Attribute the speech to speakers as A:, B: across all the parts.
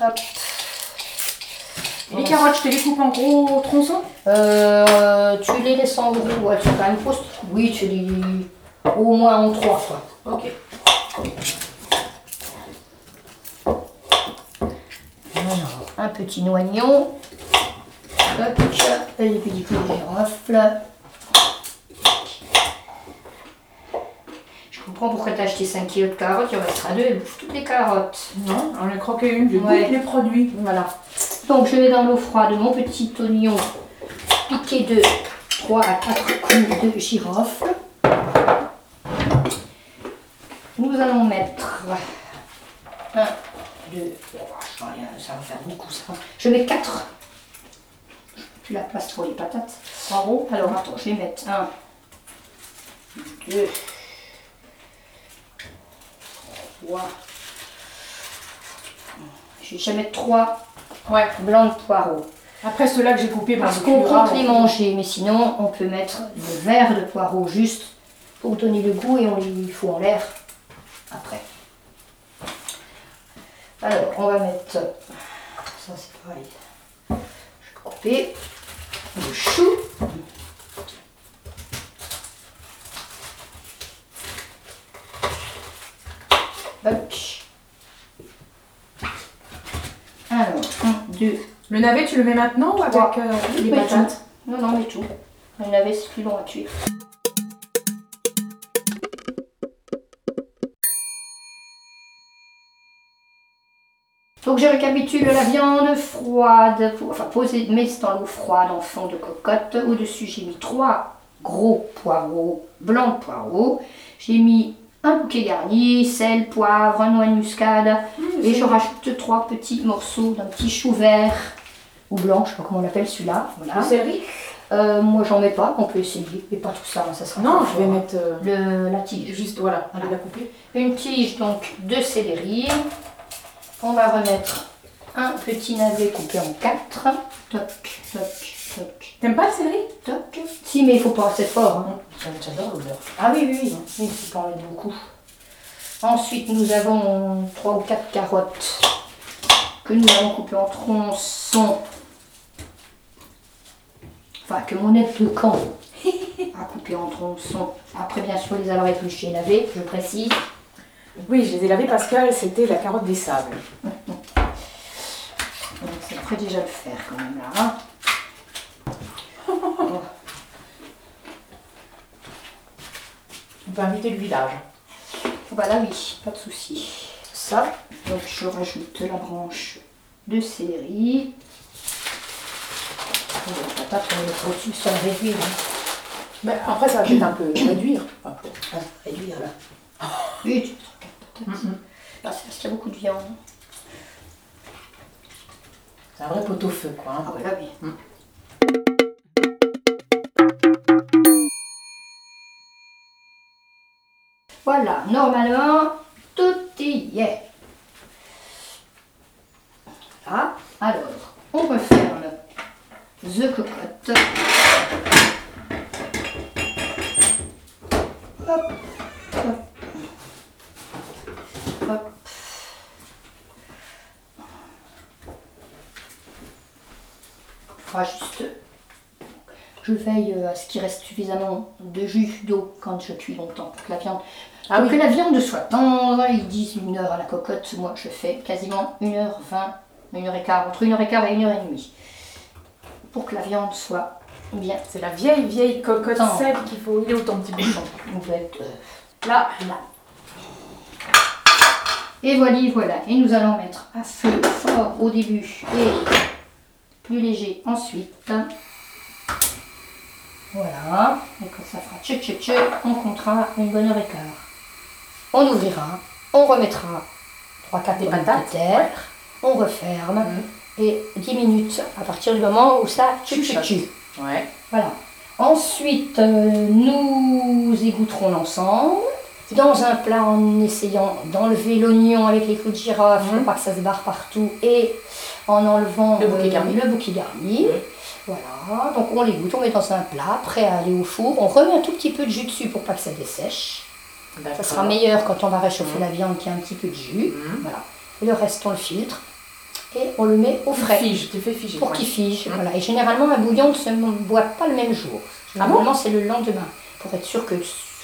A: Hop.
B: Et Les carottes, je te les coupe en gros tronçons.
A: Euh, tu les laisses en gros, ouais, tu fais une poste. Oui, tu les. Au moins en trois, quoi.
B: Ok.
A: Alors, un petit noignon. Hop, et les petits clous de girofle. Je comprends pourquoi t'as acheté 5 kilos de carottes, il en restera deux, elle bouffe toutes les carottes.
B: Non, on a croqué une, je
A: Ouais.
B: coupe les produits. Voilà.
A: Donc je mets dans l'eau froide mon petit oignon piqué de 3 à 4 coups de girofle. Nous allons mettre 1, 2, 3,
B: Oh,
A: ça va faire beaucoup ça. Je mets 4. Plus la place pour les patates. En gros, alors attends, je vais mettre 1, 2, 3. Je vais jamais 3
B: Ouais.
A: blancs de poireaux.
B: Après ceux-là que j'ai coupés, ben,
A: Parce
B: on
A: qu'on
B: coupera,
A: compte les manger, mais sinon on peut mettre le verre de poireaux juste pour donner le goût et on les fout en l'air après. Alors on va mettre, ça c'est pareil, je vais couper le chou. Hop. Alors, 1, 2,
B: Le navet, tu le mets maintenant ou avec
A: Ouais.
B: euh, les
A: Pas du
B: patates
A: tout. Non, non, mais tout. Le navet, c'est plus long à tuer. Donc je récapitule la viande froide, pour- enfin posée, mais c'est dans l'eau froide en fond de cocotte. Au-dessus, j'ai mis trois gros poireaux, blancs de poireaux. J'ai mis un bouquet garni, sel, poivre, un noix de muscade. Et je rajoute trois petits morceaux d'un petit chou vert ou blanc, je sais pas comment on l'appelle celui-là. Voilà.
B: Le céleri
A: Euh, moi, j'en mets pas, on peut essayer, mais pas tout ça, hein, ça sera.
B: Non,
A: pas
B: je vais
A: fort.
B: mettre euh,
A: Le, la tige.
B: juste, voilà, on la couper.
A: Une tige donc de céleri. On va remettre un petit navet coupé en quatre. Toc, toc, toc,
B: T'aimes pas le céleri
A: toc. Si, mais il faut pas assez fort. hein.
B: J'adore l'odeur.
A: Ah oui, oui, oui, il ne faut pas en mettre beaucoup. Ensuite, nous avons trois ou quatre carottes que nous allons couper en tronçons. Enfin, que mon aide de camp a coupé en tronçons. Après, bien sûr, les avoir épluchés et lavés, je précise.
B: Oui, je les ai lavés parce que c'était la carotte des sables.
A: Donc, c'est prêt déjà de faire quand même là. hein.
B: On peut inviter le village.
A: Voilà, Oh, bah oui, pas de souci. Ça, donc je rajoute la branche de céleri. Oh, La patate, on est au-dessus, ça va réduire. hein.
B: Mais après, ça va peut-être un peu réduire. Enfin,
A: Ça va réduire, là. Oui, tu te regardes, patate. Là, c'est parce qu'il y a beaucoup de viande.
B: C'est un vrai pot au feu, quoi. hein.
A: Ah, voilà, oui. Voilà, normalement, tout y est. Voilà. Alors, on referme The Cocotte. Hop, hop. Hop. fera juste. Je veille euh, à ce qu'il reste suffisamment de jus d'eau quand je cuis longtemps pour que la viande.
B: Ah
A: pour
B: oui.
A: que la viande soit tendre, ils disent une heure à la cocotte. Moi, je fais quasiment une heure vingt, une heure et quart, entre une heure et quart et une heure et demie, pour que la viande soit bien.
B: C'est la vieille, vieille cocotte
A: Attends.
B: sève qu'il faut huiler au temps petit bouchon.
A: On peut être, euh,
B: Là, là.
A: Et voilà, voilà. Et nous allons mettre à feu fort au début et plus léger ensuite. Voilà. Et quand ça fera tchè tchè tchè, on comptera une bonne heure et quart. On ouvrira, on remettra 3 quarts
B: Des
A: des pommes
B: patates,
A: de terre, on referme et 10 minutes à partir du moment où ça tchè tchè tchè.
B: Ouais.
A: Voilà. Ensuite, euh, nous égoutterons l'ensemble dans un plat en essayant d'enlever l'oignon avec les clous de girofle pour
B: Mhm.
A: pas que ça se barre partout et en enlevant euh,
B: Le bouquet garni.
A: le bouquet garni.
B: Mhm.
A: Voilà. Donc on l'égoutte, on met dans un plat, prêt à aller au four. On remet un tout petit peu de jus dessus pour pas que ça dessèche. Ça
B: D'accord.
A: sera meilleur quand on va réchauffer
B: Mhm.
A: la viande qui a un petit peu de jus.
B: Mhm.
A: Voilà. Et le reste, on le filtre et on le met au frais
B: Fige, tu fais figer.
A: pour
B: ouais.
A: qu'il fige.
B: Mhm.
A: Voilà. Et généralement, un bouillon ne se boit pas le même jour.
B: Ah bon
A: Généralement, c'est le lendemain pour être sûr que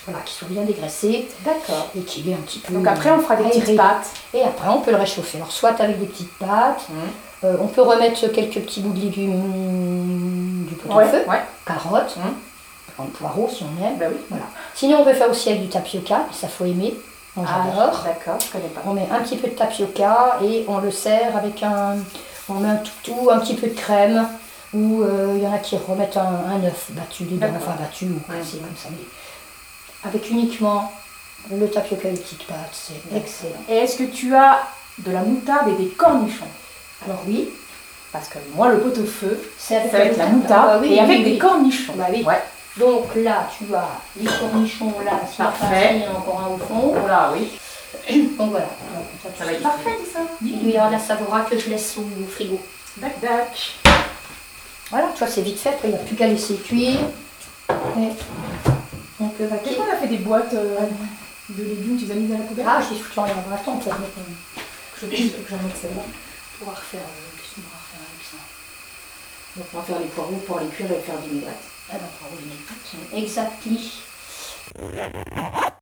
A: voilà, qu'il soit bien dégraissé
B: D'accord.
A: et qu'il est un petit peu.
B: Donc après, on fera des petites
A: aéré.
B: pâtes.
A: Et après, on peut le réchauffer. Alors, soit avec des petites pâtes,
B: Hum.
A: euh, on peut remettre quelques petits bouts de légumes du pot au feu,
B: Ouais, ouais.
A: carottes,
B: Mhm.
A: un poireau si on aime.
B: Bah oui.
A: Voilà. Sinon, on peut faire aussi avec du tapioca, ça faut aimer. Moi,
B: Ah,
A: j'adore.
B: D'accord, je connais pas.
A: On met un petit peu de tapioca et on le sert avec un. On met un toutou, un petit peu de crème, ou euh, il y en a qui remettent un, un œuf battu dedans,
B: D'accord.
A: enfin battu ou cassé
B: Mhm.
A: comme ça. mais avec uniquement le tapioca et les petites pâtes, c'est excellent.
B: Et est-ce que tu as de la moutarde et des cornichons
A: Alors oui,
B: Parce que moi, le pot-au-feu,
A: c'est
B: ça va être la moutarde
A: Ah, bah oui,
B: et
A: oui,
B: avec
A: oui,
B: des
A: oui.
B: cornichons.
A: Bah oui.
B: Ouais.
A: Donc là, tu as les cornichons là, c'est
B: Parfait.
A: parfait, il y en a encore un au fond.
B: Oh là, oui.
A: Donc voilà. Donc, tu
B: Ça va
A: sais.
B: être parfait, tout ça.
A: Il y a la savora que je laisse au frigo.
B: Dac, dac.
A: Voilà, tu vois, c'est vite fait, après il n'y a plus qu'à laisser cuire. euh, Et on peut
B: Des
A: vaquer.
B: fois, on a fait des boîtes euh, de légumes, tu les as mises dans la poubelle
A: Ah, j'ai foutu en l'air. Attends, on peut remettre. On
B: Je pense que j'en ai que celle-là.
A: pourra refaire. euh, Qu'est-ce qu'on pourra refaire avec ça
B: Donc, on va faire les poireaux pour les cuire et faire des vinaigrettes.
A: Ah, non, on va revenir. Exactly.